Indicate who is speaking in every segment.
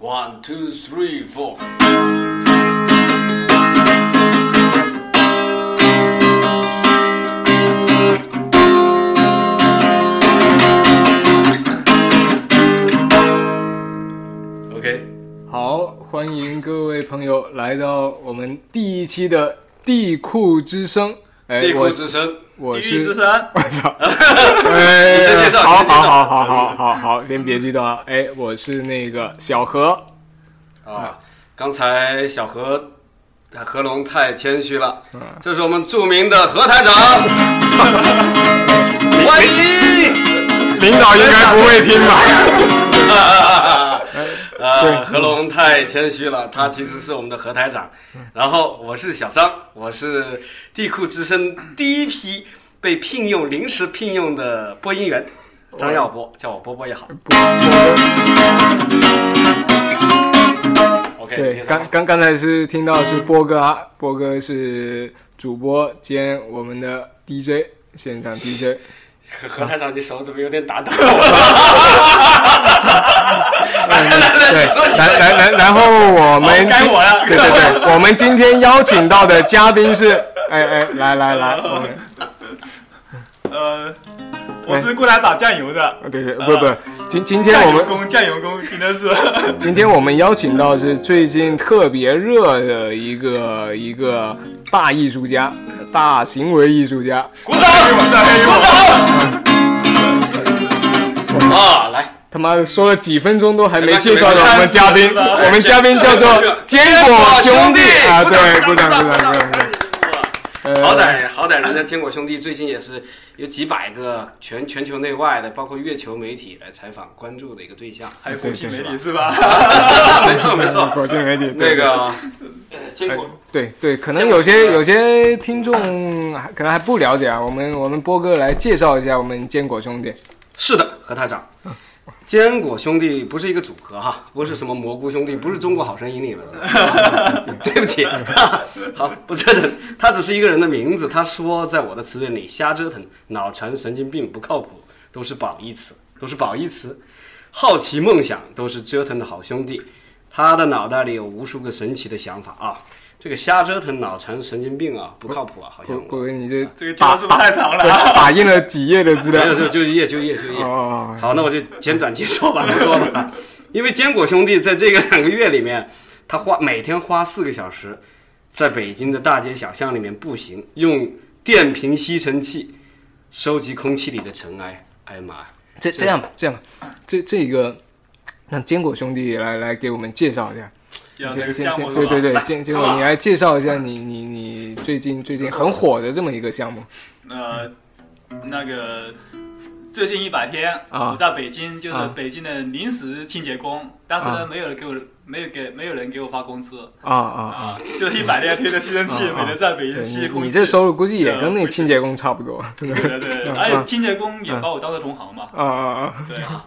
Speaker 1: One, two, three, four。OK，
Speaker 2: 哎好，欢迎各位朋友来到我们第一期的地库之声。哎
Speaker 1: 地，
Speaker 2: 我
Speaker 1: 库之声，
Speaker 2: 我
Speaker 3: 地狱
Speaker 2: 是
Speaker 3: 之声，
Speaker 2: 我操！
Speaker 1: 你先
Speaker 2: 哎
Speaker 1: 介，绍你先介
Speaker 2: 好
Speaker 1: 绍
Speaker 2: 好好好好好好，先别激动啊！哎，我是那个小何，
Speaker 1: 啊，刚才小何呃何龙太谦虚了
Speaker 2: 嗯，
Speaker 1: 这是我们著名的何 台长，欢迎。
Speaker 2: 领导应该不会听吧？ 对
Speaker 1: 啊，何龙太谦虚了，他其实是我们的何台长。然后我是小张，我是地库之声第一批被聘用临时聘用的播音员，张耀波，叫我波波也好。OK，
Speaker 2: 对，
Speaker 1: 接着
Speaker 2: 刚刚刚才是听到是波哥啊，波哥是主播兼我们的 DJ，现场 DJ。
Speaker 1: 何台长，你手怎么有点打抖？ 来来来，
Speaker 2: 对
Speaker 1: 你说，你
Speaker 2: 然
Speaker 1: 说
Speaker 2: 然然然后我们
Speaker 1: 好该我了
Speaker 2: 对对对，我们今天邀请到的嘉宾是，哎哎，来来来，我们
Speaker 3: 呃，我是过来打酱油的，
Speaker 2: 对对不不，今今天
Speaker 3: 酱
Speaker 2: 我
Speaker 3: 油
Speaker 2: 们
Speaker 3: 工，酱油工，真的是，
Speaker 2: 今天我们邀请到是最近特别热的一个一个大艺术家，大行为艺术家，
Speaker 1: 鼓掌，鼓掌！啊，来，
Speaker 2: 他妈的说了几分钟都还没
Speaker 1: 没关系
Speaker 2: 介绍到我们嘉宾，
Speaker 3: 没关系
Speaker 2: 我们嘉宾叫做坚果兄弟啊，对，鼓掌鼓掌鼓掌。呃
Speaker 1: 好歹好歹人家坚果兄弟最近也是有几百个全全球内外的，包括月球媒体来采访关注的一个对 象。
Speaker 3: 还有
Speaker 2: 对
Speaker 3: 国际
Speaker 2: 对
Speaker 3: 媒
Speaker 2: 是
Speaker 3: 体是吧？
Speaker 1: 没错没错，
Speaker 2: 国际媒体
Speaker 1: 那
Speaker 2: 对哎
Speaker 1: 个呃 坚果
Speaker 2: 对对，可能有些有些听众还可能还不了解啊，我们我们波哥来介绍一下我们坚果兄弟。
Speaker 1: 是的，何台长。坚果兄弟不是一个组合哈，不是什么蘑菇兄弟，不是中国好声音里面的。对不起，好，不是的，他只是一个人的名字。他说在我的词典里瞎折腾，脑残、神经病、不靠谱，都是褒义词，都是褒义词。好奇、梦想都是折腾的好兄弟。他的脑袋里有无数个神奇的想法啊！这个瞎折腾、脑残、神经病啊，不靠谱啊，好像
Speaker 2: 波波哥，你这
Speaker 3: 这个介绍是不是太长了？
Speaker 2: 打印了几页的资料
Speaker 1: 没有就就业就业就业。
Speaker 2: 哦，
Speaker 1: 好，那我就简短介绍吧，不说了。因为坚果兄弟在这个两个月里面，他花每天花四个小时，在北京的大街小巷里面步行，用电瓶吸尘器收集空气里的尘埃。哎呀妈呀！
Speaker 2: 这这样吧，这样吧，这这个让坚果兄弟来来给我们介绍一下。
Speaker 3: 这样
Speaker 2: 这
Speaker 3: 这个
Speaker 2: 这
Speaker 3: 项
Speaker 2: 这
Speaker 3: 目
Speaker 2: 对
Speaker 3: 是
Speaker 2: 对
Speaker 3: 吧？
Speaker 2: 对，坚结果你来介绍一下你你你最近最近很火的这么一个项目
Speaker 3: 呃，那个最近一百天，
Speaker 2: 啊
Speaker 3: 我在北京，就是
Speaker 2: 啊
Speaker 3: 北京的临时清洁工，但是
Speaker 2: 啊
Speaker 3: 呢，没有人给我，没有给，没有人给我发工资
Speaker 2: 啊啊！
Speaker 3: 啊，就是一百天推着吸尘器，
Speaker 2: 啊啊
Speaker 3: 每天在北京
Speaker 2: 对
Speaker 3: 吸
Speaker 2: 你
Speaker 3: 空气。
Speaker 2: 你这收入估计也跟那清洁工差不多，真 的
Speaker 3: 对对对，而且清洁工也把我当做同行嘛。
Speaker 2: 啊啊啊！
Speaker 3: 对啊，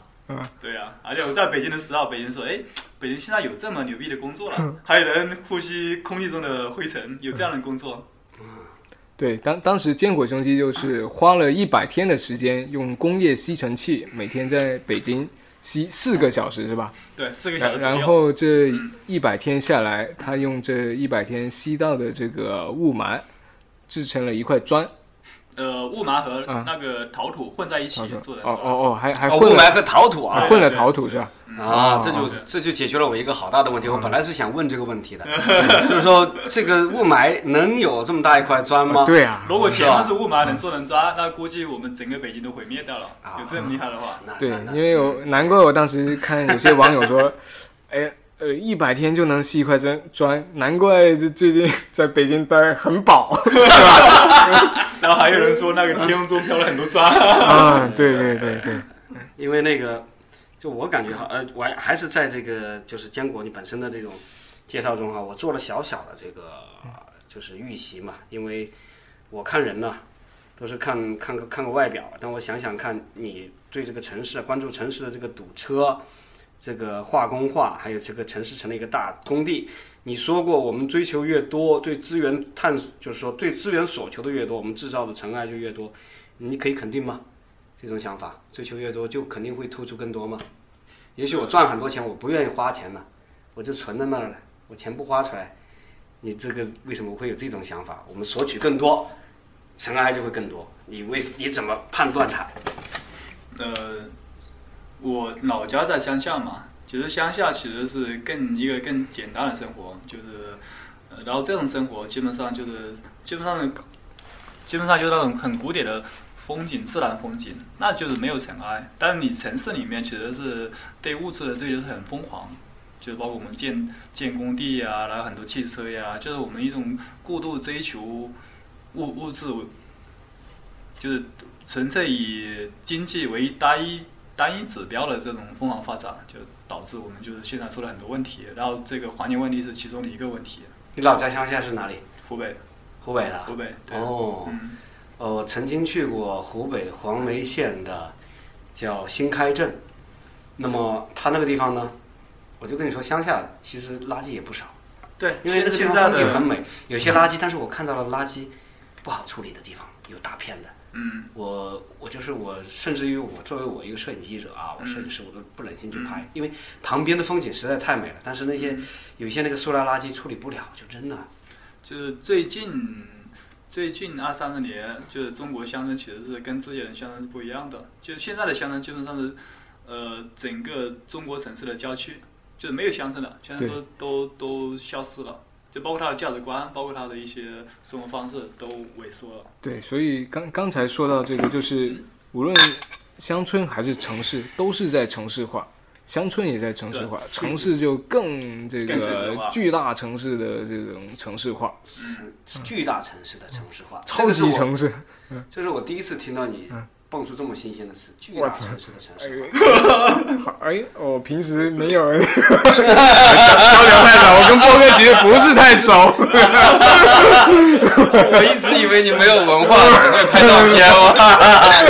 Speaker 3: 对啊，而且我在北京的时候，北京说，哎，北京现在有这么牛逼的工作了，还有人呼吸空气中的灰尘，有这样的工作，
Speaker 2: 对，当当时坚果兄弟就是花了一百天的时间，用工业吸尘器每天在北京吸四个小时，是吧？
Speaker 3: 对，四个小
Speaker 2: 然
Speaker 3: 时左右
Speaker 2: 然后这一百天下来，他用这一百天吸到的这个雾霾，制成了一块砖。
Speaker 3: 呃，雾霾和
Speaker 2: 嗯
Speaker 3: 那个陶土混在一起
Speaker 2: 他说
Speaker 3: 做的，
Speaker 2: 哦哦哦，还还
Speaker 1: 哦
Speaker 2: 混
Speaker 1: 雾霾
Speaker 2: 了
Speaker 1: 和陶土 啊
Speaker 2: 还！混了陶土是吧？
Speaker 1: 啊，
Speaker 2: 哦
Speaker 1: 这就这就解决了我一个好大的问题。我本来是想问这个问题的， 就是说这个雾霾能有这么大一块砖吗？
Speaker 2: 对啊，
Speaker 3: 如果
Speaker 1: 是
Speaker 3: 前
Speaker 1: 吧
Speaker 3: 面是雾霾能做能抓，那估计我们整个北京都毁灭掉了
Speaker 1: 啊。
Speaker 3: 有这么厉害的话，
Speaker 1: 那，
Speaker 2: 对
Speaker 1: 那，那
Speaker 2: 因为有难怪我当时看有些网友说，哎。呃，一百天就能吸一块砖砖，难怪这最近在北京待很饱，
Speaker 3: 然后还有人说那个天空中飘了很多 渣。
Speaker 2: 啊，对对对对，
Speaker 1: 因为那个，就我感觉哈，呃，我还还是在这个就是坚果你本身的这种介绍中哈，我做了小小的这个就是预习嘛，因为我看人呢、都是看看个看个外表，但我想想看你对这个城市啊关注城市的这个堵车，这个化工化，还有这个城市成了一个大工地。你说过，我们追求越多，对资源探索，就是说对资源所求的越多，我们制造的尘埃就越多。你可以肯定吗？这种想法，追求越多就肯定会突出更多嘛。也许我赚很多钱，我不愿意花钱呢、我就存在那儿了，我钱不花出来，你这个为什么会有这种想法？我们索取更多，尘埃就会更多。你为你怎么判断它？
Speaker 3: 呃，我老家在乡下嘛，其实乡下其实是更一个更简单的生活，就是，呃然后这种生活基本上就是基本上基本上就是那种很古典的风景，自然风景，那就是没有尘埃。但是你城市里面其实是对物质的追求是很疯狂，就是包括我们建建工地呀、然后很多汽车呀、就是我们一种过度追求物物质为，就是纯粹以经济为单一单一指标的这种疯狂发展，就导致我们就是现在出了很多问题。然后这个环境问题是其中的一个问题。
Speaker 1: 你老家乡下是哪里？
Speaker 3: 湖北，
Speaker 1: 湖北的啊。
Speaker 3: 湖北，对，
Speaker 1: 哦，
Speaker 3: 嗯，
Speaker 1: 呃，我曾经去过湖北黄梅县的叫新开镇，那么它那个地方呢，我就跟你说，乡下其实垃圾也不少。
Speaker 3: 对，
Speaker 1: 因为那个地
Speaker 3: 现
Speaker 1: 方
Speaker 3: 在
Speaker 1: 风景很
Speaker 3: 的，
Speaker 1: 美，有些垃圾，但是我看到了垃圾不好处理的地方，有大片的。
Speaker 3: 嗯，
Speaker 1: 我我就是我，甚至于我作为我一个摄影记者啊，
Speaker 4: 嗯
Speaker 1: 我摄影师我都不忍心去拍，因为旁边的风景实在太美了。但是那
Speaker 4: 嗯
Speaker 1: 些有一些那个塑料垃圾处理不了，就真的
Speaker 3: 就是最近最近二三十年，就是中国乡村其实是跟之前的乡村是不一样的。就现在的乡村基本上是，呃，整个中国城市的郊区，就是没有乡村了，乡村都都都消失了，就包括它的价值观，包括它的一些生活方式都萎缩了。
Speaker 2: 对，所以刚刚才说到这个，就是无论乡村还是城市，都是在城市化，乡村也在城市化，城市就更这
Speaker 3: 更城市
Speaker 2: 个
Speaker 3: 化
Speaker 2: 巨大城市的这种城市化，
Speaker 4: 嗯
Speaker 1: 是是巨大城市的城市化，
Speaker 2: 超级
Speaker 1: 这个是
Speaker 2: 城市。嗯
Speaker 1: 我，这是我第一次听到你蹦出这么新鲜的词，巨大城市的城
Speaker 4: 哎
Speaker 1: 市化。
Speaker 2: 好 哎，我平时没 有交流太少，我跟波哥其实不是太熟。
Speaker 4: 我一直以为你没有文化，只会
Speaker 2: 哎
Speaker 4: 拍 照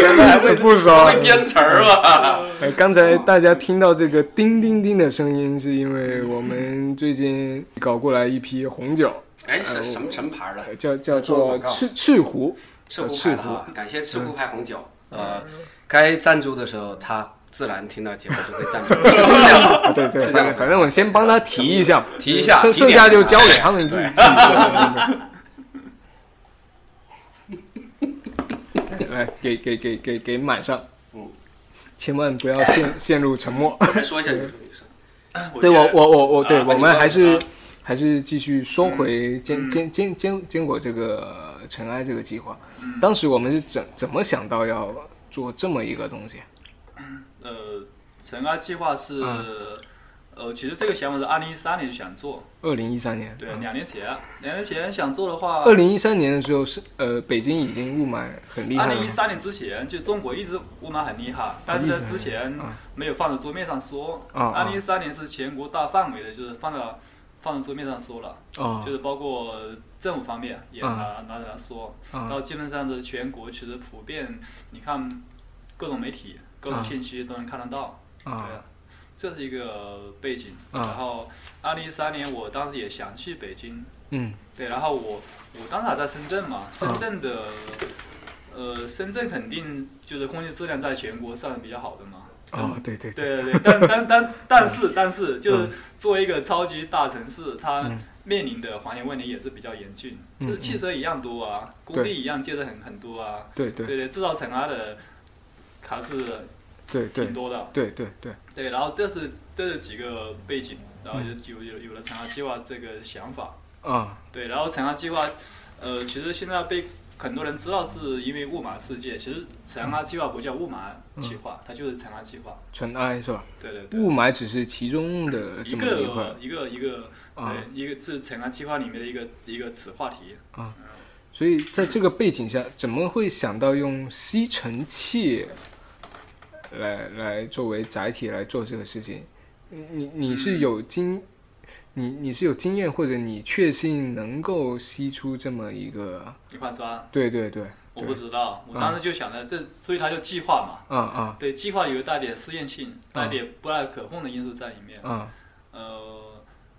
Speaker 4: 片哇，
Speaker 2: 不 熟。
Speaker 4: 会编词儿吧？
Speaker 2: 哎，刚才大家听到这个叮叮叮的声音，是因为我们最近搞过来一批红酒，
Speaker 1: 哎，是什么什么牌儿的？
Speaker 2: 呃叫叫
Speaker 1: 做
Speaker 2: 做
Speaker 1: 广告
Speaker 2: 赤赤湖，
Speaker 1: 赤
Speaker 2: 呃
Speaker 1: 湖
Speaker 2: 赤
Speaker 1: 牌的
Speaker 2: 湖
Speaker 1: 啊，感谢赤湖牌红酒。呃，该赞助的时候，他自然听到节目就会赞 助。是这样吗
Speaker 2: 啊，对对，
Speaker 1: 是这样
Speaker 2: 反正
Speaker 1: 的
Speaker 2: 反正我先帮他提一下，
Speaker 4: 提一下
Speaker 2: 剩
Speaker 4: 提点
Speaker 2: 剩下就交给他们自己自己做。 来，给给给给给满上，
Speaker 1: 嗯，
Speaker 2: 千万不要陷陷入沉默。
Speaker 1: 还说一下你说你说
Speaker 2: 对我
Speaker 3: 觉得
Speaker 2: 我我我对
Speaker 3: 啊
Speaker 2: 我
Speaker 3: 你
Speaker 2: 们
Speaker 3: 说
Speaker 2: 还是
Speaker 3: 啊嗯
Speaker 2: 还是继续说回坚坚坚坚坚果这个尘埃这个计划。
Speaker 3: 嗯
Speaker 2: 当时我们是怎怎么想到要做这么一个东西？
Speaker 3: 呃，尘埃计划是，
Speaker 2: 嗯
Speaker 3: 呃，其实这个想法是二零一三年就想做，
Speaker 2: 二零一三年，
Speaker 3: 对，两年前，两年前想做的
Speaker 2: 嗯
Speaker 3: 话，
Speaker 2: 二零一三年的时候是呃，北京已经雾霾很厉害
Speaker 3: 二
Speaker 2: 了
Speaker 3: 零
Speaker 2: 吗
Speaker 3: 一。三年之前，就中国一直雾霾很厉害，但是
Speaker 2: 很厉害嗯
Speaker 3: 呢之前没有放到桌面上说。
Speaker 2: 啊啊
Speaker 3: 二零一三年是全国大范围的，就是放到放到桌面上说了，
Speaker 2: 哦
Speaker 3: 就是包括政府方面也
Speaker 2: 啊
Speaker 3: 拿拿着来说，然
Speaker 2: 啊
Speaker 3: 后基本上是全国其实普遍，你看各种媒体、各
Speaker 2: 啊
Speaker 3: 种信息都能看得到。对
Speaker 2: 啊
Speaker 3: 啊，这是一个背景。
Speaker 2: 啊
Speaker 3: 然后二零一三年我当时也想去北京，
Speaker 2: 嗯
Speaker 3: 对，然后我我当时还在深圳
Speaker 2: 啊
Speaker 3: 嘛，深圳的、呃，深圳肯定就是空气质量在全国算是比较好的嘛。嗯
Speaker 2: 哦对对对
Speaker 3: 对对对，但但但但是但是，就是作为一个超级大城市，它
Speaker 2: 嗯
Speaker 3: 面临的环境问题也是比较严峻，
Speaker 2: 嗯
Speaker 3: 就是汽车一样多啊，工地一样建设很很多啊，
Speaker 2: 对对
Speaker 3: 对对，制造尘埃的还是
Speaker 2: 对对
Speaker 3: 挺多的。
Speaker 2: 对对对
Speaker 3: 对，然后这是这是几个背景，然后
Speaker 2: 嗯
Speaker 3: 就有有有了长沙计划这个想法。
Speaker 2: 啊
Speaker 3: 对，然后长沙计划，呃，其实现在被很多人知道是因为雾霾事件，其实长沙计划不叫雾霾计划，它就是长沙计划。
Speaker 2: 尘埃是吧？
Speaker 3: 对对对，
Speaker 2: 嗯雾霾只是其中的
Speaker 3: 一
Speaker 2: 这么一块
Speaker 3: 个。一个一个，
Speaker 2: 啊
Speaker 3: 对，一个是长沙计划里面的一个一个子话题。
Speaker 2: 所以在这个背景下，怎么会想到用吸尘器来来作为载体来做这个事情？你你你是有经，你你是有经验，或者你确信能够吸出这么一个？
Speaker 3: 一块砖，
Speaker 2: 对对啊对，
Speaker 3: 我不知道，我当时就想着这，所以它就计划嘛。
Speaker 2: 啊啊
Speaker 3: 对，计划有带点试验性，带点不太可控的因素在里面。
Speaker 2: 啊！
Speaker 3: 呃，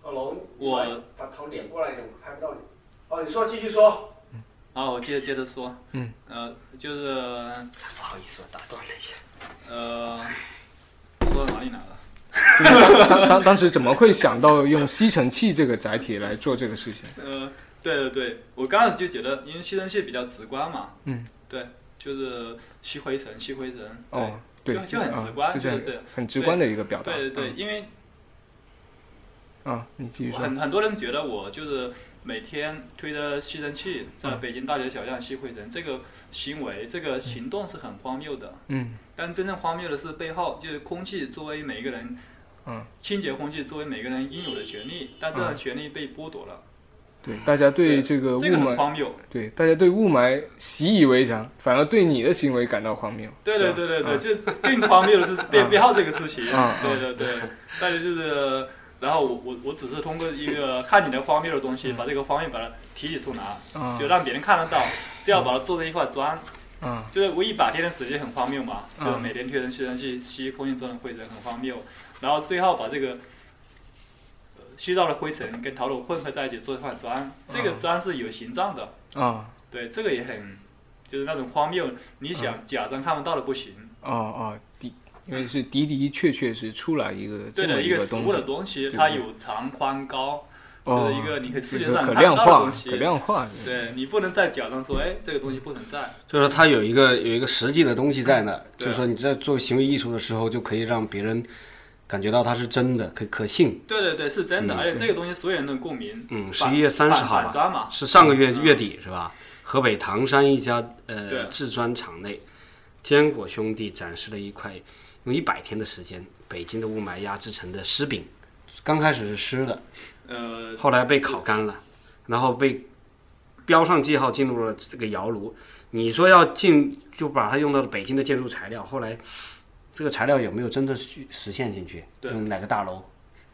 Speaker 1: 二楼，
Speaker 3: 我
Speaker 1: 把头脸过来一点，我看不到你。哦，你说继续说。
Speaker 3: 然后我接着接着说，
Speaker 2: 嗯，
Speaker 3: 呃，就是
Speaker 1: 不好意思，我打断了一下。
Speaker 3: 呃，说到哪里来了？
Speaker 2: 当当当时怎么会想到用吸尘器这个载体来做这个事情？
Speaker 3: 呃，对对对，我刚开始就觉得，因为吸尘器比较直观嘛，
Speaker 2: 嗯，
Speaker 3: 对，就是吸灰尘，吸灰尘，
Speaker 2: 哦，对，
Speaker 3: 就就很直
Speaker 2: 啊
Speaker 3: 观，
Speaker 2: 这
Speaker 3: 对对
Speaker 2: 是
Speaker 3: 对，
Speaker 2: 很直观的一个表达。
Speaker 3: 对对对，因为
Speaker 2: 嗯。啊，你继续说。
Speaker 3: 很很多人觉得我就是每天推着吸尘器在
Speaker 2: 嗯
Speaker 3: 北京大街小巷吸灰尘，这个行为、这个行动是很荒谬的。
Speaker 2: 嗯
Speaker 3: 但真正荒谬的是背后，就是空气作为每个人
Speaker 2: 嗯，
Speaker 3: 清洁空气作为每个人应有的权利，但这
Speaker 2: 嗯
Speaker 3: 个权利被剥夺了，
Speaker 2: 对，大家对
Speaker 3: 对
Speaker 2: 这呃个雾
Speaker 3: 这个很
Speaker 2: 霾，
Speaker 3: 荒谬。
Speaker 2: 对大家对雾霾习以为常，反而对你的行为感到荒谬。
Speaker 3: 对对
Speaker 2: 是吧啊
Speaker 3: 对对对，就更荒谬的是被
Speaker 2: 嗯
Speaker 3: 背后这个事情。
Speaker 2: 嗯
Speaker 3: 对对对，但是就是，然后我我我只是通过一个看起来荒谬的东
Speaker 2: 嗯
Speaker 3: 西，把这个荒谬把它提取出来，
Speaker 2: 啊
Speaker 3: 就让别人看得到，这样把它做成一块砖。
Speaker 2: 啊
Speaker 3: 就是我一把天的时间很荒谬嘛，
Speaker 2: 嗯
Speaker 3: 就每天推人吸人去吸空气中的灰尘很荒谬，然后最后把这个呃吸到的灰尘跟陶土混合在一起做一块砖，这个砖是有形状的，
Speaker 2: 啊
Speaker 3: 对，这个也很就是那种荒谬，你想假装看不到的不行，
Speaker 2: 啊啊！的，因为是的的确确是出来一个
Speaker 3: 对
Speaker 2: 这么
Speaker 3: 的，一
Speaker 2: 个
Speaker 3: 实
Speaker 2: 东
Speaker 3: 物的
Speaker 2: 西，
Speaker 3: 东西，
Speaker 2: 对
Speaker 3: 它有长宽高，
Speaker 2: 哦，
Speaker 3: 就是一个你可以视
Speaker 2: 一
Speaker 3: 觉
Speaker 2: 个
Speaker 3: 上
Speaker 2: 可
Speaker 3: 看
Speaker 2: 量
Speaker 3: 不到的
Speaker 2: 化
Speaker 3: 东，西
Speaker 2: 可，量化。
Speaker 3: 对你不能再假装说，哎，这个东西不存在，
Speaker 1: 就是说它有一个有一个实际的东西在那儿，就
Speaker 3: 对
Speaker 1: 是说你在做行为艺术的时候，就可以让别人感觉到它是真的，可可信。
Speaker 3: 对对对，是真的，
Speaker 1: 嗯
Speaker 3: 而且这个东西所有人都有共鸣，
Speaker 1: 嗯，十
Speaker 3: 板
Speaker 1: 一月三十号
Speaker 3: 板
Speaker 1: 吧，
Speaker 3: 板砖嘛，
Speaker 1: 是上个月
Speaker 3: 嗯
Speaker 1: 月底是吧？河北唐山一家呃
Speaker 3: 对啊
Speaker 1: 制砖厂内，坚果兄弟展示了一块用一百天的时间，北京的雾霾压制成的湿饼。刚开始是湿的，
Speaker 3: 呃，
Speaker 1: 后来被烤干了，然后被标上记号进入了这个窑炉。你说要进，就把它用到了北京的建筑材料。后来这个材料有没有真的去实现进去？
Speaker 3: 对
Speaker 1: 用哪个大楼？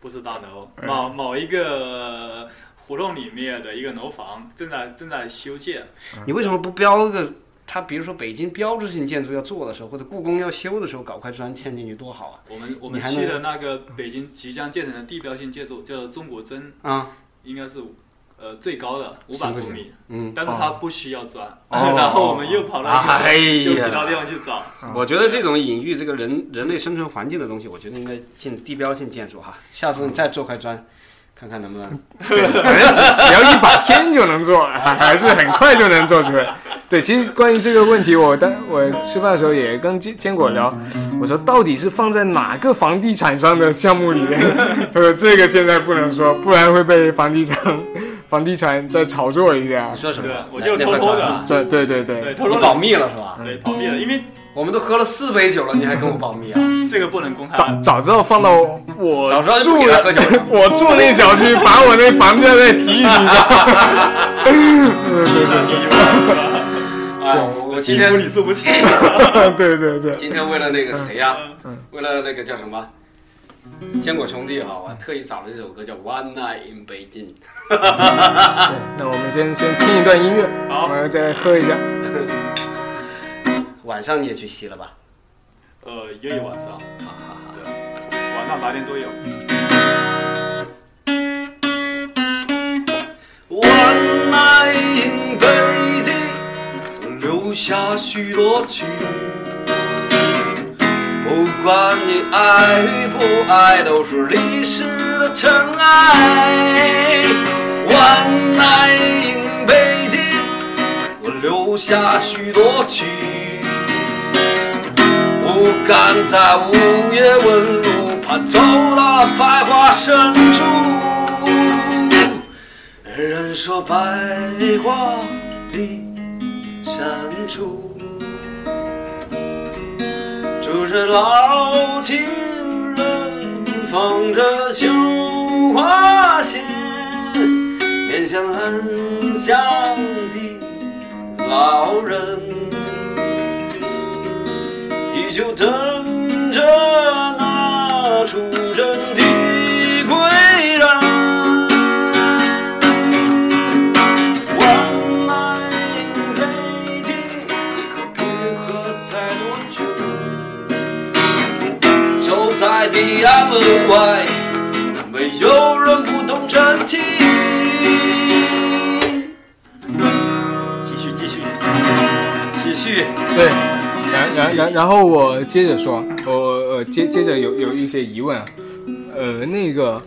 Speaker 3: 不是大楼，
Speaker 2: 嗯
Speaker 3: 哦某某一个胡同里面的一个楼房正在正在修建，
Speaker 1: 你为什么不标个？它比如说北京标志性建筑要做的时候，或者故宫要修的时候，搞块砖嵌进去多好啊
Speaker 3: 我们我们
Speaker 1: 你还
Speaker 3: 去了那个北京即将建成的地标性建筑，叫做中国真，
Speaker 1: 啊！啊，
Speaker 3: 应该是呃最高的五
Speaker 1: 行
Speaker 3: 百
Speaker 1: 不行
Speaker 3: 多米，
Speaker 1: 嗯，
Speaker 3: 但是它不需要砖，
Speaker 2: 哦
Speaker 3: 然后我们又跑到一个
Speaker 1: 哎
Speaker 3: 又其他地
Speaker 1: 呀，
Speaker 3: 方去找，
Speaker 1: 我觉得这种隐喻这个人人类生存环境的东西，我觉得应该进地标性建筑哈。下次你再做块砖，看看能 不能
Speaker 2: 反正只 只要一百天就能做，还还是很快就能做出来。对，其实关于这个问题，我当我吃饭的时候也跟坚坚果聊，
Speaker 1: 嗯
Speaker 2: 我说到底是放在哪个房地产商的项目里面？他说这个现在不能说，不然会被房地产房地产再炒作一下
Speaker 1: 你。说什么
Speaker 3: 对？我
Speaker 1: 那
Speaker 3: 就
Speaker 1: 那
Speaker 3: 偷
Speaker 1: 块
Speaker 3: 偷
Speaker 1: 砖
Speaker 3: 的
Speaker 1: 是吧
Speaker 2: 这对对
Speaker 3: 对，
Speaker 2: 对，
Speaker 3: 偷
Speaker 1: 哎你
Speaker 3: 偷地嗯
Speaker 1: 保密了嗯是吧？
Speaker 3: 对，保密了，因为
Speaker 1: 我们都喝了四杯酒了，你还跟我保 密啊？
Speaker 3: 这个不能公开。
Speaker 2: 早早知道放到我
Speaker 1: 早知道就
Speaker 2: 住
Speaker 1: 不给他喝酒 了
Speaker 2: 我住那小区，把我那房价再提一提。
Speaker 3: 是吧你以为是吧？
Speaker 1: 哎，我我今
Speaker 3: 幸福
Speaker 1: 天
Speaker 3: 你住不起，
Speaker 2: 对对对，
Speaker 1: 今天为了那个谁啊呀、
Speaker 3: 呃
Speaker 2: 嗯
Speaker 1: 为了那个叫什么坚果兄弟哈、我还特意找了这首歌叫《One Night in Beijing》。
Speaker 2: 对那我们先先听一段音乐，我
Speaker 3: 好，
Speaker 2: 们再喝一下。
Speaker 1: 晚上你也去吸了吧？
Speaker 3: 呃，又一晚上，
Speaker 1: 好好好。
Speaker 3: 晚上八点都有。
Speaker 1: One night in Beijing，留下许多情。不管你爱与不爱，都是历史的尘埃。One night in Beijing，我留下许多情。不敢在午夜问路，怕走到百花深处。人说百花的深处，住着老情人，放着绣花鞋，面向很乡的老人，依旧等着那出征的归人。One night in Beijing，你可别喝太多酒。走在地安门外，没有人不懂真情。
Speaker 3: 继续继续，
Speaker 1: 继续，
Speaker 2: 对，然然然然后我接着说，我呃接接着有有一些疑问啊，呃，那个，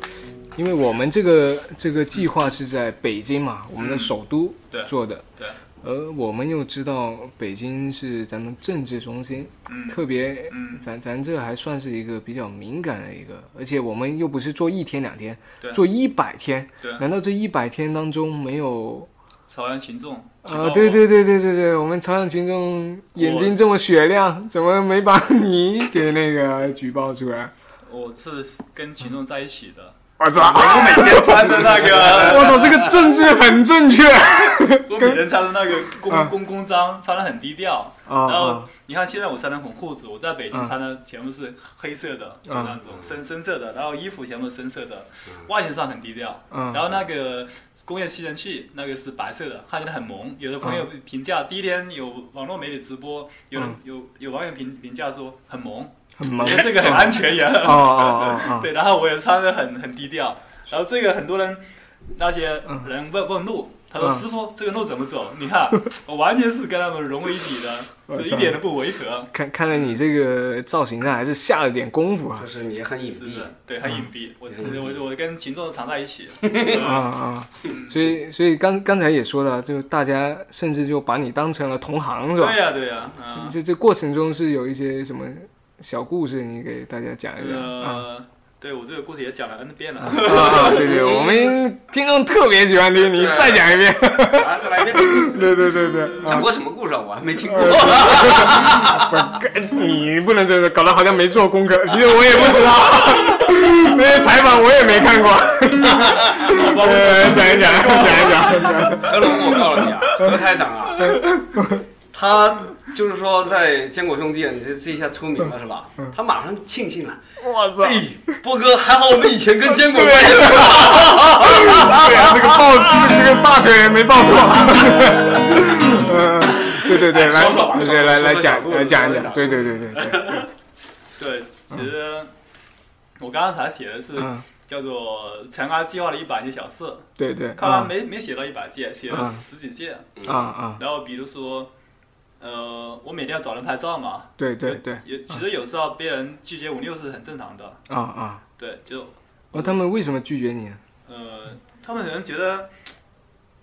Speaker 2: 因为我们这个这个计划是在北京嘛，我们的首都
Speaker 3: 嗯对
Speaker 2: 做的，
Speaker 3: 对
Speaker 2: 而我们又知道北京是咱们政治中心，
Speaker 3: 嗯
Speaker 2: 特别
Speaker 3: 嗯
Speaker 2: 咱咱这还算是一个比较敏感的一个，而且我们又不是做一天两天
Speaker 3: 对，
Speaker 2: 做一百天，
Speaker 3: 对，
Speaker 2: 难道这一百天当中没有？
Speaker 3: 朝阳群众
Speaker 2: 啊，对，对对对对对，我们朝阳群众眼睛这么雪亮，怎么没把你给那个举报出来？
Speaker 3: 我是跟群众在一起的，
Speaker 2: 我操！
Speaker 3: 我每天穿
Speaker 2: 嗯
Speaker 3: 着那个，
Speaker 2: 我操，这个政治很正 确
Speaker 3: 我每天穿着那个公
Speaker 2: 嗯
Speaker 3: 公公章，穿的很低调。然后
Speaker 2: 啊！
Speaker 3: 你看现在我穿的很裤子，我在北京
Speaker 2: 嗯
Speaker 3: 穿的全部是黑色的，
Speaker 2: 嗯
Speaker 3: 那种深深色的，然后衣服全部深色的，外形上很低调。
Speaker 2: 嗯
Speaker 3: 然后那个工业吸尘器那个是白色的，看起来很萌。有的朋友评价，第一天有网络媒体直播，有人
Speaker 2: 嗯
Speaker 3: 有有网友评评价说很萌，
Speaker 2: 很
Speaker 3: 我
Speaker 2: 忙
Speaker 3: 觉得这个很安 全也很
Speaker 2: 哦 哦哦哦！
Speaker 3: 对，然后我也穿的很很低调，然后这个很多人那些人问问路，他说
Speaker 2: 嗯
Speaker 3: 师傅这个路怎么走？你看我完全是跟他们融为一体的，
Speaker 2: 我
Speaker 3: 就一
Speaker 2: 操
Speaker 3: 点都不违和，
Speaker 2: 看看来你这个造型上还是下了点功夫啊
Speaker 1: 就是你也很隐
Speaker 3: 是不
Speaker 1: 蔽
Speaker 3: 是，？对，很隐蔽。我是
Speaker 1: 嗯
Speaker 3: 我我跟秦仲常在一起，嗯
Speaker 2: 啊啊！所以所以刚刚才也说了，就大家甚至就把你当成了同行是吧
Speaker 3: 对？呀对呀，嗯，
Speaker 2: 这这过程中是有一些什么小故事，你给大家讲一讲啊？
Speaker 3: 呃，对我这个故事也讲了 n 遍了。
Speaker 2: 啊，对对，我们听众特别喜欢听，你再讲一遍。
Speaker 1: 啊，再来一遍。
Speaker 2: 对对对对，
Speaker 1: 讲过什么故事啊？我还没听过。
Speaker 2: 呃不，你不能这个搞得好像没做功 课，其实我也不知 道，那些采访我也没 看过。呃，讲一讲，讲一讲。
Speaker 1: 何龙，我告诉 你啊，何台长啊，他就是说在坚果兄弟，你这这一下出名了是吧？
Speaker 2: 嗯
Speaker 1: 他马上庆幸了，
Speaker 2: 我操
Speaker 1: 哎，波哥，还好我们以前跟 坚果关系不好。
Speaker 2: 对啊，这个抱，这个大腿没抱错。 嗯，对对对，
Speaker 3: 哎
Speaker 2: 来，对来来讲来讲一讲，对对对对对，
Speaker 3: 对，其实我刚刚才写的是
Speaker 2: 嗯，
Speaker 3: 叫做《长安计划的一百件小事》，
Speaker 2: 对对，
Speaker 3: 看来
Speaker 2: 啊
Speaker 3: 没没写到一百件，写了
Speaker 2: 嗯
Speaker 3: 十几件。
Speaker 2: 啊啊，
Speaker 3: 然后比如说，呃，我每天要找人拍照嘛，
Speaker 2: 对对对，啊
Speaker 3: 也其实有时候被人拒绝五六是很正常的，
Speaker 2: 啊，
Speaker 3: 对，就
Speaker 2: 哦，他们为什么拒绝你？
Speaker 3: 呃，他们可能觉得，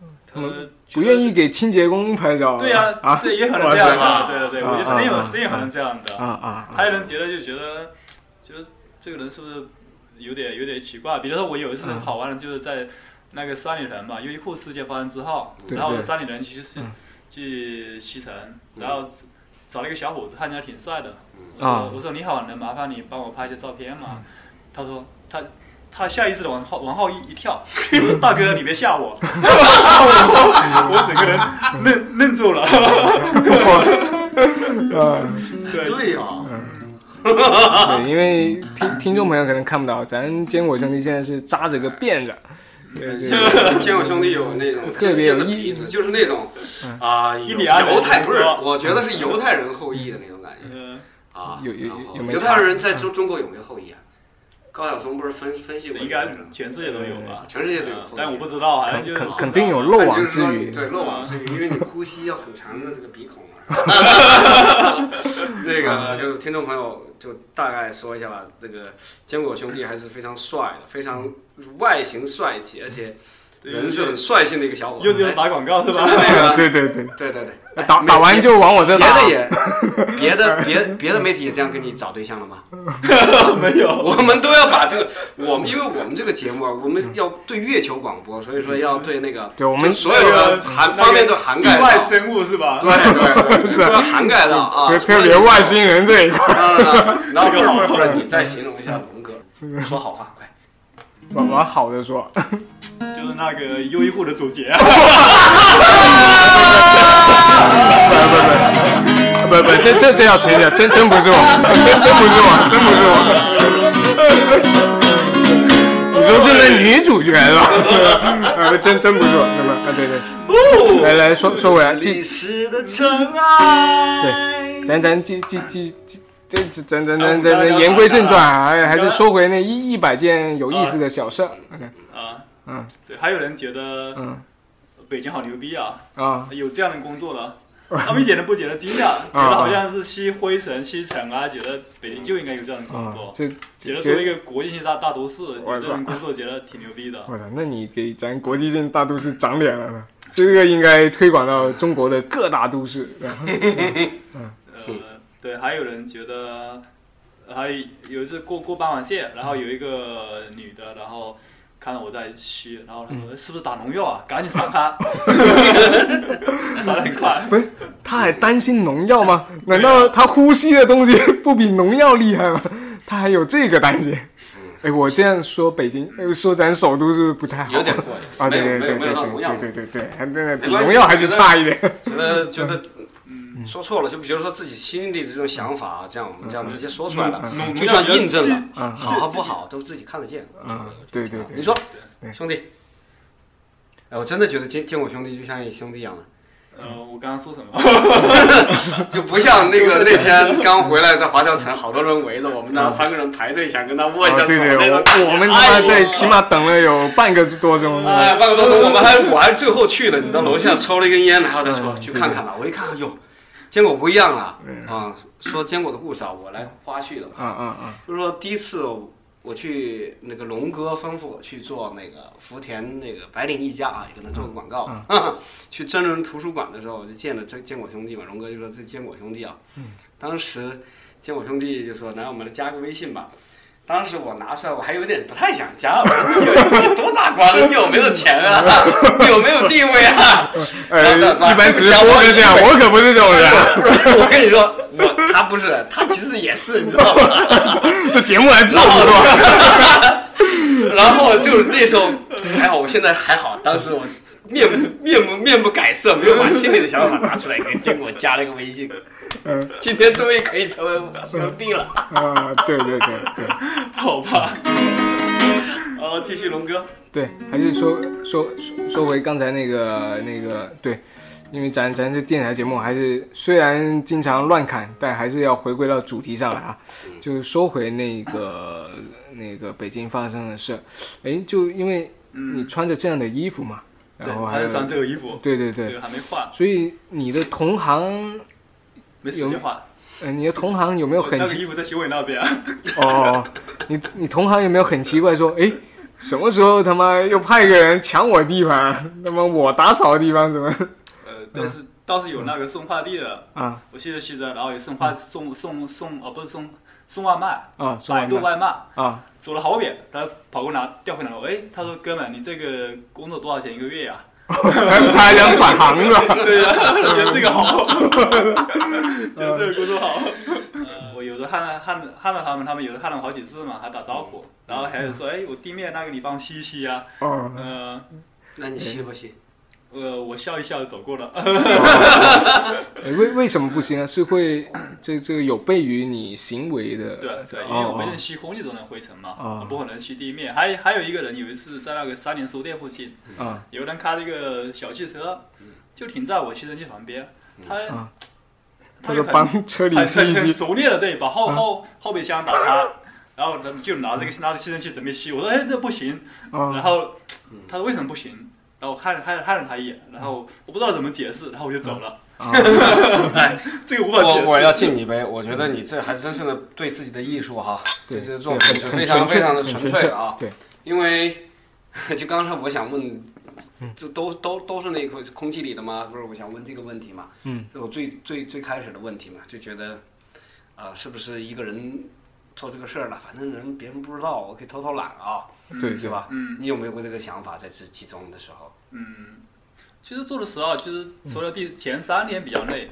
Speaker 2: 嗯他们
Speaker 3: 呃
Speaker 2: 不愿意，给清洁工拍照。
Speaker 3: 觉得对呀、
Speaker 2: 啊
Speaker 3: 对，也可能这样
Speaker 1: 啊
Speaker 3: 吧，对对对，我觉得
Speaker 2: 啊
Speaker 3: 真
Speaker 2: 啊
Speaker 3: 有真有可能这样的，
Speaker 2: 啊啊！
Speaker 3: 还有人觉得就觉得，觉得这个人是不是有点有点奇怪？比如说我有一次
Speaker 2: 嗯
Speaker 3: 好玩的，就是在那个三里屯嘛，优衣库事件发生之后，
Speaker 2: 对
Speaker 3: 然后我
Speaker 2: 对
Speaker 3: 三里屯去去
Speaker 2: 嗯
Speaker 3: 去西城，然后找了一个小伙子，看起来挺帅的，我
Speaker 2: 啊嗯
Speaker 3: 说我说你好，能麻烦你帮我拍一些照片吗？他说他。他下意识的往后往后一一跳， 我说大哥你别吓我，我整个人愣愣住了，
Speaker 2: 嗯，
Speaker 3: 对，
Speaker 1: 对啊呀，
Speaker 2: 对，因为听听众朋友可能看不到，咱坚果兄弟现在是扎着个辫子，对对对
Speaker 1: 像坚果兄弟有那种
Speaker 2: 特别有
Speaker 1: 尖的
Speaker 2: 意嗯
Speaker 1: 鼻子，就是那种啊，
Speaker 3: 印
Speaker 1: 犹
Speaker 3: 第安人
Speaker 1: 犹太不是
Speaker 3: 是吧，
Speaker 1: 我觉得是犹太人后裔的那种感觉
Speaker 3: 嗯
Speaker 1: 啊。
Speaker 2: 有有有
Speaker 1: 然后
Speaker 2: 有没有
Speaker 1: 犹
Speaker 2: 嗯
Speaker 1: 太人在中中国有没有后裔啊？高晓松不是分分析过
Speaker 3: 应
Speaker 1: 这个
Speaker 3: 该
Speaker 1: 事吗？
Speaker 3: 全世界都有吧？呃
Speaker 1: 全世界都有后裔，
Speaker 3: 但我不知道，好像
Speaker 2: 肯
Speaker 3: 就是
Speaker 2: 肯
Speaker 3: 好像
Speaker 2: 肯定有漏网之
Speaker 1: 但就是
Speaker 2: 鱼
Speaker 1: 说。对，漏网之鱼，因为你呼吸要很长的这个鼻孔嘛。那个就是听众朋友，就大概说一下吧。这个坚果兄弟还是非常帅的，非常外形帅气，而且人是很率性的一个小伙子。
Speaker 3: 又是打广告是 吧？
Speaker 1: 那个，
Speaker 2: 对对对，
Speaker 1: 对对对，
Speaker 2: 打打完就往我这
Speaker 1: 别
Speaker 2: 打。
Speaker 1: 的也，别的别别的媒体也这样跟你找对象了吗？
Speaker 3: 没有，
Speaker 1: 我们都要把这个，我们因为我们这个节目啊，我们要对月球广播，所以说要对那个，
Speaker 2: 对我们
Speaker 1: 就所有的涵方面都涵
Speaker 3: 意
Speaker 1: 盖
Speaker 3: 外
Speaker 1: 到。
Speaker 3: 生物是吧？
Speaker 1: 对对对，是涵盖到啊，
Speaker 2: 特特别外星人这一块，
Speaker 1: 啊。然后这会儿或者你再形容一下龙哥，说好话快。
Speaker 2: 往往好的说，
Speaker 3: 就是那个优衣库的 主角啊，
Speaker 2: 不不，这这这要扯一下，真真不是我，真真不是我，真不是我。你说是那女主角是 吧？呃，真真不是我，那么啊，对对。来来说说回来，继
Speaker 1: 历史的尘埃。
Speaker 2: 咱咱继继继继，这这咱咱咱咱咱言归正传啊，还还是说回那一一百件有意思的小事儿。OK，
Speaker 3: 啊，
Speaker 2: 嗯
Speaker 3: 对，还有人觉得
Speaker 2: 嗯
Speaker 3: 北京好牛逼啊，
Speaker 2: 啊
Speaker 3: 有这样的工作
Speaker 1: 嗯
Speaker 3: 了，他们一点都不觉得惊讶，觉
Speaker 2: 啊
Speaker 3: 得好像是吸灰尘、吸尘啊，觉得北京就应该有这样的工
Speaker 2: 啊
Speaker 1: 嗯
Speaker 3: 作，，
Speaker 2: 这
Speaker 3: 觉得作
Speaker 2: 觉
Speaker 3: 为一个国际性大大都市，
Speaker 2: 我
Speaker 3: 有这种工作觉得挺牛逼的。
Speaker 2: 我操，那你给咱国际性大都市长脸了呢，这个应该推广到中国的各大都市。嗯
Speaker 3: 呃，对，还有人觉得，呃还有有一次过过斑马线，然后有一个女的，然后看到我在吸，然后她说、哎是不是打农药啊？赶紧杀 她，杀的很快。
Speaker 2: 他还担心农药吗？难道他呼吸的东西不比农药厉害吗？他还有这个担心？哎，我这样说北京，呃说咱首都是不是不太好
Speaker 4: 有点过瘾
Speaker 2: 啊？
Speaker 4: 没
Speaker 2: 对
Speaker 4: 有
Speaker 2: 对
Speaker 4: 没
Speaker 2: 对
Speaker 4: 有没
Speaker 2: 对
Speaker 4: 有到农药
Speaker 2: 对，对对对，还那比
Speaker 1: 没关系
Speaker 2: 农药还是差一点。
Speaker 1: 觉得觉得嗯说错了，就比如说自己心里的这种想法啊，这样我们这样直接说出来了，
Speaker 3: 农
Speaker 1: 就算印证了，
Speaker 2: 啊
Speaker 1: 好和不好都自己看得见。
Speaker 2: 啊，对对
Speaker 1: 你
Speaker 2: 对，
Speaker 1: 说
Speaker 2: 对
Speaker 1: 兄弟，哎，我真的觉得见见我兄弟就像一兄弟一样的，
Speaker 2: 嗯
Speaker 3: 呃，我刚刚说什么？
Speaker 1: 就不像那个那天刚回来在华侨城，好多人围着我们那三个人排队想跟他握一
Speaker 2: 啊
Speaker 1: 下手
Speaker 2: 对对，
Speaker 1: 那种。
Speaker 2: 我我们他妈在起码等了有半个多钟。
Speaker 1: 哎，半个多钟，我们还我还最后去的，你到楼下抽了一根烟，然后再说去看看吧。我一看，哟，坚果不一样了啊！说坚果的故事啊，我来花絮了。
Speaker 2: 啊啊啊！
Speaker 1: 就是说第一次我去那个龙哥吩咐我去做那个福田那个白领一家啊，也跟他做个广告。 去真人图书馆的时候，我就见了这坚果兄弟嘛，龙哥就说这坚果兄弟啊，当时坚果兄弟就说来我们来加个微信吧。当时我拿出来，我还有点不太想加，我说你有多大官了？你有没有钱啊？你有没有地位啊？
Speaker 2: 呃，一般直播就这样，我可不是这种人，啊
Speaker 1: 我跟你说，我他不是，他其实也是，你知道吗？哎
Speaker 2: 这节目还做不做？
Speaker 1: 然后就是那 时候还好，我现在还好，当时我面不面不面不改色，没有把心里的想法拿出来，给结果加了一个微信
Speaker 2: 嗯。
Speaker 1: 今天终于可以成为我兄弟了。
Speaker 2: 啊，对对对对
Speaker 3: 好吧，
Speaker 1: 哦，继续龙哥，
Speaker 2: 对，还是说说说说回刚才那个那个对，因为咱咱这电台节目还是虽然经常乱砍，但还是要回归到主题上来啊，
Speaker 3: 嗯
Speaker 2: 就是说回那个那个北京发生的事，哎，就因为你穿着这样的衣服嘛，然后
Speaker 3: 嗯对
Speaker 2: 还
Speaker 3: 还
Speaker 2: 有
Speaker 3: 是穿这个衣服，
Speaker 2: 对对
Speaker 3: 这
Speaker 2: 对，
Speaker 3: 个还没换，
Speaker 2: 所以你的同行，
Speaker 3: 没时间换。
Speaker 2: 呃，你的同行有没有
Speaker 3: 我
Speaker 2: 很
Speaker 3: 那个衣服在修伟那边，啊
Speaker 2: 哦，你你同行有没有很奇怪说，哎，什么时候他妈又派个人抢我地盘？ 他妈我打扫的地方怎么
Speaker 3: 呃，但是倒是有那个送快递的，
Speaker 2: 啊
Speaker 3: 我去着去着，然后也送
Speaker 2: 嗯
Speaker 3: 快送送送，呃，不是送送外卖，
Speaker 2: 啊？
Speaker 3: 百
Speaker 2: 算
Speaker 3: 度
Speaker 2: 了
Speaker 3: 外卖，
Speaker 2: 啊
Speaker 3: 走了好远，他跑过拿调回来了，哎，他说哥们，你这个工作多少钱一个月 呀、
Speaker 2: 他还想转行是吧？
Speaker 3: 对呀、觉得这个 好，觉得这个工作好。嗯呃我有的看看看到他们，他们有的看了好几次嘛，还打招呼，然后还有说，哎，我地面那个你帮我吸一吸啊，
Speaker 2: 哦，
Speaker 3: 呃，
Speaker 1: 那你吸不吸？
Speaker 3: 呃，我笑一笑走过了，
Speaker 2: 哎为为什么不行啊？是会这这个有悖于你行为的
Speaker 3: 对对，因为
Speaker 2: 哦
Speaker 3: 我们
Speaker 2: 哦
Speaker 3: 能吸空气中的灰尘嘛，
Speaker 2: 哦
Speaker 3: 不可能吸地面。还还有一个人有一次在那个三联书店附近，
Speaker 2: 啊
Speaker 3: 有人开了一个小汽车，就停在我吸尘器旁边，他、
Speaker 2: 啊
Speaker 3: 他
Speaker 2: 他
Speaker 3: 就
Speaker 2: 就
Speaker 3: 很
Speaker 2: 帮车里
Speaker 3: 很
Speaker 2: 吸一
Speaker 3: 很很
Speaker 2: 吸，
Speaker 3: 熟练的对，把后后后备箱打开，然后呢就拿这个拿着吸尘器准备吸，我说哎这不行，然
Speaker 2: 啊
Speaker 3: 后他说为什么不行？然后我看了看了看了他一眼，然后我不知道怎么解释，然后我就走了。
Speaker 2: 啊，
Speaker 3: 这个无法解
Speaker 1: 我
Speaker 3: 释。
Speaker 1: 我要敬你一杯，我觉得你这还真是个对自己的艺术哈，
Speaker 2: 对，
Speaker 1: 这
Speaker 2: 这
Speaker 1: 这种
Speaker 2: 很
Speaker 1: 是非
Speaker 2: 很
Speaker 1: 常
Speaker 2: 纯
Speaker 1: 非
Speaker 2: 粹，
Speaker 1: 常的
Speaker 2: 很
Speaker 1: 纯
Speaker 2: 纯
Speaker 1: 粹
Speaker 2: 粹
Speaker 1: 的啊。
Speaker 2: 对，
Speaker 1: 因为 就刚才我想问，这都都都是那一口空气里的吗？不是，我想问这个问题嘛。
Speaker 2: 嗯，
Speaker 1: 这我最最最开始的问题嘛，就觉得啊、是不是一个人做这个事儿了，反正人别人不知道，我可以偷偷懒啊，
Speaker 2: 对
Speaker 1: 是
Speaker 2: 对
Speaker 1: 吧？
Speaker 3: 嗯
Speaker 1: 你有没有过这个想法，在这其中的时候？
Speaker 3: 嗯，其实做的时候，啊其实除了第前三天比较累，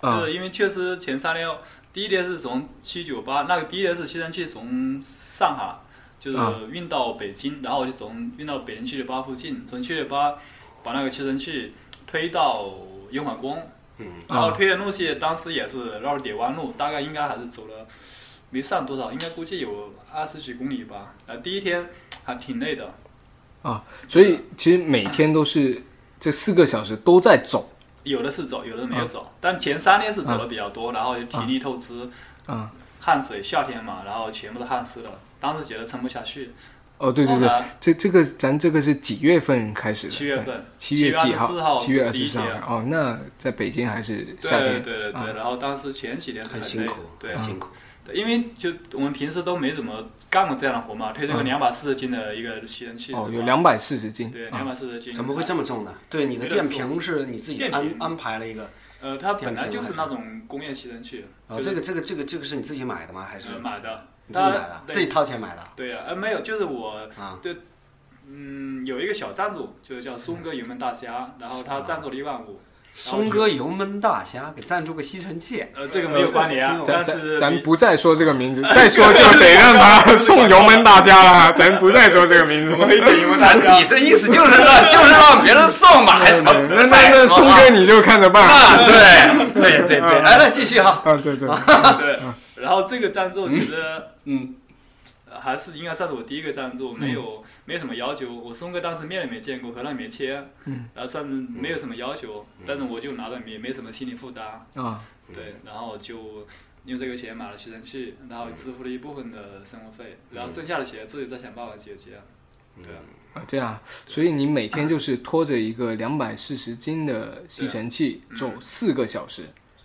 Speaker 2: 啊
Speaker 3: 就是因为确实前三天，第一天是从七九八，那个第一天是吸尘器从上海就是
Speaker 2: 啊
Speaker 3: 运到北京，然后就从运到北京七九八附近，从七九八把那个吸尘器推到雍和宫，
Speaker 1: 嗯，
Speaker 3: 然后
Speaker 2: 啊
Speaker 3: 推的路线当时也是绕了点弯路，大概应该还是走了没上多少，应该估计有二十几公里吧。啊，第一天还挺累的，
Speaker 2: 啊，所以其实每天都是这四个小时都在走
Speaker 3: 有的是走，有的没有
Speaker 1: 嗯
Speaker 3: 走。但前三天是走的比较多，然后体力透支，
Speaker 2: 啊
Speaker 1: 嗯
Speaker 3: 汗水，夏天嘛，然后全部都汗湿了。当时觉得撑不下去，
Speaker 2: 哦，对对对，
Speaker 3: 啊
Speaker 2: 这这个咱这个是几月份开始的？
Speaker 3: 七月份，
Speaker 2: 七月几
Speaker 3: 7月24号
Speaker 2: 七月二
Speaker 3: 是第
Speaker 2: 十
Speaker 3: 一
Speaker 2: 四
Speaker 3: 天
Speaker 2: 号。哦，那在北京还是
Speaker 3: 对
Speaker 2: 夏
Speaker 3: 对
Speaker 2: 天？
Speaker 3: 对
Speaker 2: 啊
Speaker 3: 对，然后当时前几天是
Speaker 1: 嗯很
Speaker 3: 累
Speaker 1: 辛
Speaker 3: 的
Speaker 1: 苦，嗯
Speaker 3: 对
Speaker 1: 很辛苦。
Speaker 3: 对，因为就我们平时都没怎么干过这样的活嘛，推这个
Speaker 2: 嗯
Speaker 3: 两百四十斤的一个吸尘器，
Speaker 2: 哦，
Speaker 3: 是吧
Speaker 2: 有两百四十斤。
Speaker 3: 对两
Speaker 2: 啊
Speaker 3: 百四十斤，
Speaker 1: 嗯怎么会这么重呢？对，你的电瓶是你自己
Speaker 3: 电
Speaker 1: 安
Speaker 3: 瓶
Speaker 1: 安排了一个，
Speaker 3: 呃，它本来就是那种工业吸尘器，
Speaker 1: 哦，
Speaker 3: 就
Speaker 1: 这
Speaker 3: 是
Speaker 1: 个这个这个这个是你自己买的吗？还是
Speaker 3: 呃买的，
Speaker 1: 你自己买的？
Speaker 3: 它
Speaker 1: 自己掏钱买的
Speaker 3: 对呀，呃没有，就是我
Speaker 1: 啊？
Speaker 3: 嗯有一个小赞助，就是叫松哥油焖大虾，然后他赞助了一万五，然后
Speaker 1: 松哥油焖大虾给赞助个吸尘器，
Speaker 3: 呃这个没有关联啊，
Speaker 2: 咱
Speaker 3: 但
Speaker 2: 咱
Speaker 3: 是
Speaker 2: 咱不再说这个 名字，再说就得让他送油焖大虾了哈。咱不再说这个名 字。
Speaker 3: 油焖大
Speaker 4: 你
Speaker 3: 虾，
Speaker 4: 这意思就是让就是让别人送吧，
Speaker 3: 哎
Speaker 4: 还什么？
Speaker 2: 那那那宋哥你就看着办。
Speaker 4: 啊，对对对对，
Speaker 1: 来来继续哈，
Speaker 3: 哎
Speaker 2: 啊，对 对，
Speaker 3: 对，然后这个赞助其实。
Speaker 1: 嗯，
Speaker 3: 呃还是应该算是我第一个赞助，没
Speaker 2: 嗯
Speaker 3: 有、没什么要求。我松哥当时面也没见过，河南也没切，啊
Speaker 2: 嗯
Speaker 3: 然后算是没有什么要求，但是我就拿着也没什么心理负担，
Speaker 2: 啊，
Speaker 3: 对，然后就用这个钱买了吸尘器，然后支付了一部分的生活费，
Speaker 2: 嗯
Speaker 3: 然后剩下的钱自己再想办法解决。对啊，
Speaker 2: 啊，这样，所以你每天就是拖着一个两百四十斤的吸尘器
Speaker 3: 嗯
Speaker 2: 走四个小时，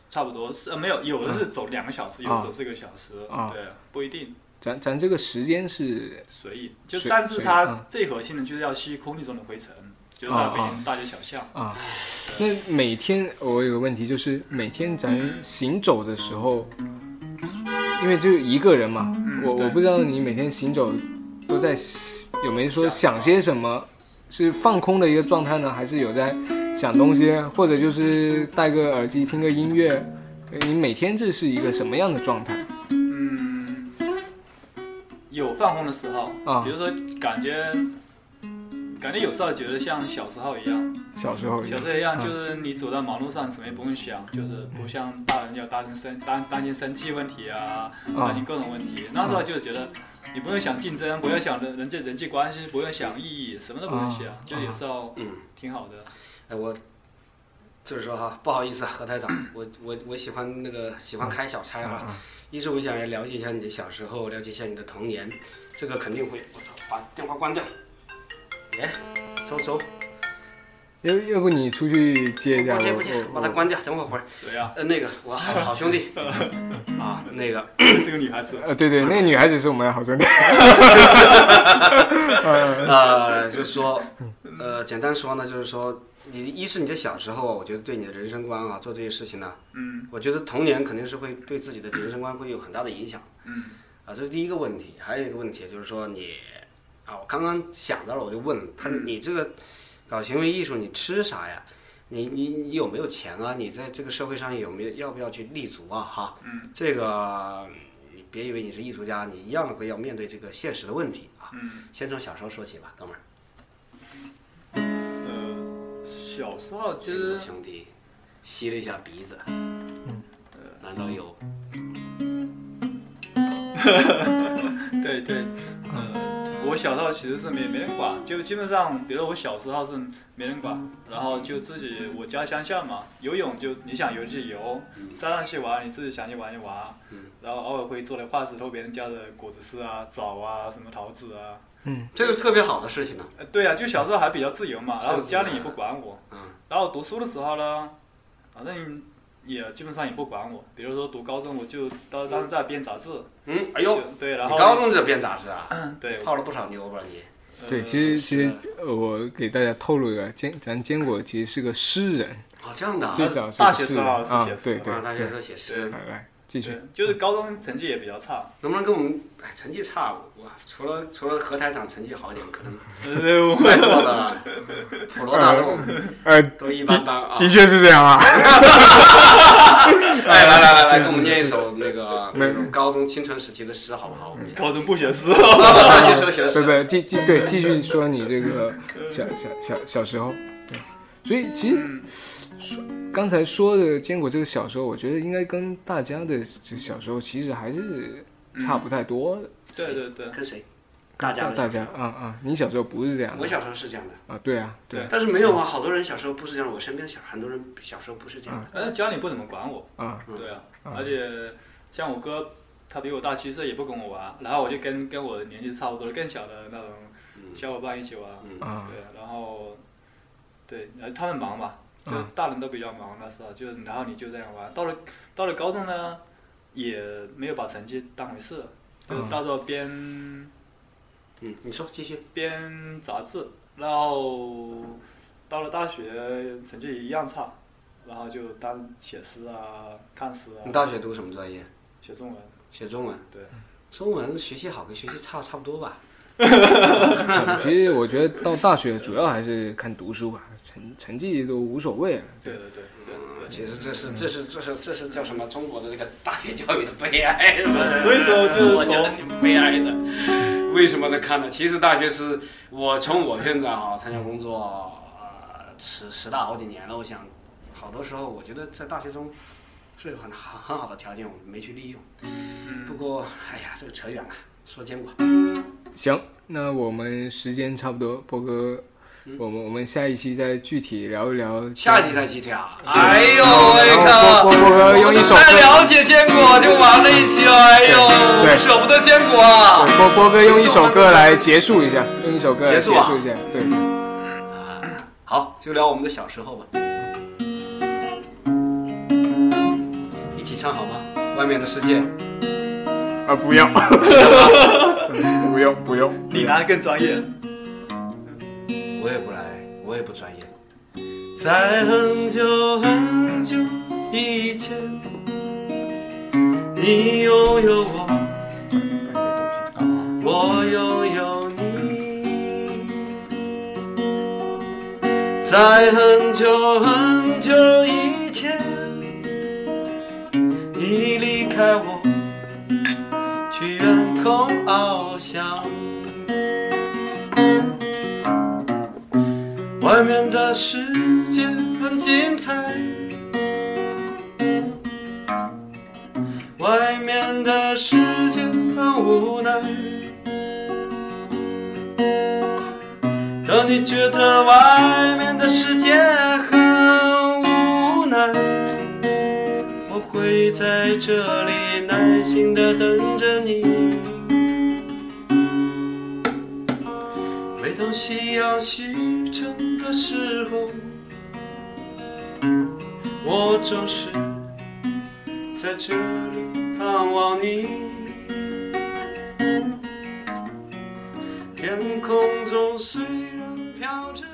Speaker 3: 差不多是呃没有，有的是走两个小时，有
Speaker 2: 啊
Speaker 3: 的走四个小时，
Speaker 2: 啊
Speaker 3: 对，不一定
Speaker 2: 咱咱这个时间是
Speaker 3: 随意。就
Speaker 2: 随
Speaker 3: 但是
Speaker 2: 随意
Speaker 3: 它
Speaker 2: 啊
Speaker 3: 最核心的就是要吸空气中的灰尘，就是
Speaker 2: 啊
Speaker 3: 在北
Speaker 2: 啊
Speaker 3: 京大街小巷。
Speaker 2: 啊，那每天我有个问题，就是每天咱行走的时候，因为就一个人嘛，
Speaker 3: 嗯
Speaker 2: 我我
Speaker 3: 对
Speaker 2: 不知道你每天行走都在有没有说想些什么，是放空的一个状态呢，还是有在想东西，或者就是戴个耳机听个音乐？呃你每天这是一个什么样的状态？
Speaker 3: 嗯，有放空的时候，
Speaker 2: 啊
Speaker 3: 比如说感觉，感觉有时候觉得像小时候一样，
Speaker 2: 小时候一
Speaker 3: 小
Speaker 2: 样
Speaker 3: 时候一样
Speaker 2: 啊
Speaker 3: 就是你走到马路上什么也不用想，就是不像大人要担心生担担心生计问题啊，担
Speaker 2: 啊
Speaker 3: 心各种问题。那时候就觉得你不用想竞争，不用想人人际人际关系，不用想意义，什么都不用想
Speaker 2: 啊，
Speaker 3: 就有时候
Speaker 1: 嗯，
Speaker 3: 挺好的。
Speaker 1: 哎我。就是说哈，不好意思啊，何台长，我我我喜欢那个喜欢开小差
Speaker 2: 啊
Speaker 1: 哈。一是我想来了解一下你的小时候，了解一下你的童年，这个肯定会。我操，把电话关掉。哎，走走，
Speaker 2: 要要不你出去接一下
Speaker 1: 不接不
Speaker 2: 我
Speaker 1: 接，把
Speaker 2: 我
Speaker 1: 它
Speaker 2: 我
Speaker 1: 关掉，等我会儿。
Speaker 3: 谁呀？
Speaker 1: 呃，那个我好好兄 弟啊，那个
Speaker 3: 是个女孩子。
Speaker 2: 呃对对，那个女孩子是我们的好兄弟。
Speaker 1: 呃，就是说，呃，简单说呢，就是说，你一是你的小时候啊，我觉得对你的人生观啊，做这些事情呢、
Speaker 3: 嗯
Speaker 1: 我觉得童年肯定是会对自己的人生观会有很大的影响
Speaker 3: 嗯
Speaker 1: 啊，这是第一个问题。还有一个问题就是说你啊，我刚刚想到了，我就问他，你这个搞行为艺术，你吃啥呀？你你你有没有钱啊？你在这个社会上有没有要不要去立足啊？哈，
Speaker 3: 嗯
Speaker 1: 这个你别以为你是艺术家，你一样的会要面对这个现实的问题啊。
Speaker 3: 嗯。
Speaker 1: 先从小时候说起吧，哥们儿，
Speaker 3: 呃，小时候其
Speaker 1: 这
Speaker 3: 实
Speaker 1: 个呃兄弟吸了一下鼻子，呃难道有？
Speaker 3: 对对，呃，我小时候其实是没没人管，就基本上，比如我小时候是没人管，然后就自己我家乡下嘛，游泳就你想游就游，山上去玩你自己想去玩就玩，然后偶尔会做点坏事，偷别人家的果子吃啊、枣啊、什么桃子啊。
Speaker 1: 这个特别好的事情呢、
Speaker 3: 呃，对啊，就小时候还比较自由嘛，然后
Speaker 1: 是
Speaker 3: 家里也不管我，
Speaker 1: 嗯
Speaker 3: 然后读书的时候呢，反正也基本上也不管我，比如说读高中我就当当时在编杂志，
Speaker 1: 嗯，哎
Speaker 3: 就
Speaker 1: 呦，
Speaker 3: 对，然
Speaker 1: 你高
Speaker 3: 后
Speaker 1: 中就变杂志啊？
Speaker 3: 对，
Speaker 1: 泡了不少妞吧你？
Speaker 3: 呃
Speaker 2: 对，其实其实
Speaker 1: 是
Speaker 2: 呃我给大家透露一个，坚咱坚果其实是个诗人，
Speaker 1: 哦，这样的啊。
Speaker 2: 最早是
Speaker 3: 大
Speaker 2: 个
Speaker 3: 学
Speaker 2: 诗
Speaker 3: 时
Speaker 2: 人
Speaker 3: 候是
Speaker 2: 啊
Speaker 3: 写，诗
Speaker 2: 对
Speaker 3: 的
Speaker 2: 对
Speaker 1: 啊，大学
Speaker 2: 对，
Speaker 1: 时候写
Speaker 3: 对
Speaker 1: 诗，
Speaker 2: 来来继续
Speaker 3: 对，就是高中成绩也比较 差，
Speaker 1: 能不能跟我们？哎，成绩差，我除了除了何台长成绩好一点，可能
Speaker 3: 呃，我
Speaker 1: 在座的普罗大众
Speaker 2: 呃，
Speaker 1: 都一般般啊。
Speaker 2: 的确是这样啊，
Speaker 1: 哎，来来来来，给我们念一首那个
Speaker 2: 没
Speaker 1: 那种高中青春时期的诗，好不好？我们先
Speaker 3: 高中不写 诗，
Speaker 1: 大学时候写的
Speaker 2: 对
Speaker 1: 诗，
Speaker 2: 对，继继对继续说你这个小小小小时候，对，所以其实
Speaker 3: 嗯，
Speaker 2: 刚才说的坚果这个小时候，我觉得应该跟大家的这小时候其实还是差不太多的，
Speaker 3: 对对对，
Speaker 1: 跟谁？大家
Speaker 2: 大
Speaker 1: 的
Speaker 2: 大家啊啊，你小时候不是这样
Speaker 1: 我
Speaker 2: 的
Speaker 1: 小时候是这样的，
Speaker 2: 啊，对啊，对
Speaker 1: 但是没有啊，好多人小时候不是这样的，我身边小很多人
Speaker 3: 嗯
Speaker 1: 小时候不是这样的。
Speaker 3: 反正家里不怎么管我，
Speaker 2: 啊
Speaker 1: 嗯
Speaker 3: 对啊，
Speaker 2: 嗯
Speaker 3: 而且像我哥，他比我大七岁，也不跟我玩，然后我就跟跟我年纪差不多的更小的那种
Speaker 1: 嗯
Speaker 3: 小伙伴一起玩，
Speaker 2: 啊，
Speaker 3: 对，然后对，然后他们忙嘛，就
Speaker 2: 嗯
Speaker 3: 大人都比较忙那时候，就然后你就这样玩，到了到了高中呢，也没有把成绩当回事，就是
Speaker 2: 嗯
Speaker 3: 到时候边
Speaker 1: 嗯，你说继续。
Speaker 3: 编杂志，然后到了大学成绩一样差，然后就当写诗啊、看诗啊
Speaker 1: 你、大学读什么专业？
Speaker 3: 写中文。
Speaker 1: 写中文。
Speaker 3: 对，
Speaker 1: 中文学习好跟学习差差不多吧。
Speaker 2: 其实我觉得到大学主要还是看读书吧，成成绩都无所谓了。
Speaker 3: 对对对对对
Speaker 1: 嗯其实这是这是这是这是叫什么？中国的这个大学教育的悲哀，是吧
Speaker 3: 所以说就是
Speaker 1: 我觉得挺悲哀的。为什么呢？看呢？其实大学是我从我现在啊参加工作呃十十大好几年了，我想好多时候我觉得在大学中是有很好很好的条件，我没去利用。
Speaker 2: 嗯
Speaker 1: 不过哎呀，这个扯远了，说坚果。
Speaker 2: 行，那我们时间差不多，波哥，
Speaker 4: 嗯
Speaker 2: 我们我们下一期再具体聊一聊。嗯
Speaker 1: 下一题再啊去跳。
Speaker 4: 哎呦
Speaker 2: 然
Speaker 4: 我靠！
Speaker 2: 后波波波哥用一首
Speaker 4: 太
Speaker 2: 歌，
Speaker 4: 了解坚果就玩了一期了，哎呦，
Speaker 2: 对
Speaker 4: 舍不得坚果啊！
Speaker 2: 对波波哥用一首歌来结束一下，用一首歌
Speaker 4: 结
Speaker 2: 来
Speaker 4: 束
Speaker 2: 结
Speaker 4: 啊
Speaker 2: 束一下。对，
Speaker 1: 好，就聊我们的小时候吧。一起唱好吗？外面的世界。
Speaker 2: 啊，不要， 不用，不用。
Speaker 3: 你拿的更专业。
Speaker 1: 我也不来，我也不专业。在很久很久以前，你拥有我，我拥有你。在很久很久以前，你离开我，去远空翱翔。外面的世界很精彩，外面的世界很无奈。当你觉得外面的世界很无奈，我会在这里耐心的等着你。每当夕阳西沉的时候，我总是在这里盼望你。天空中虽然飘着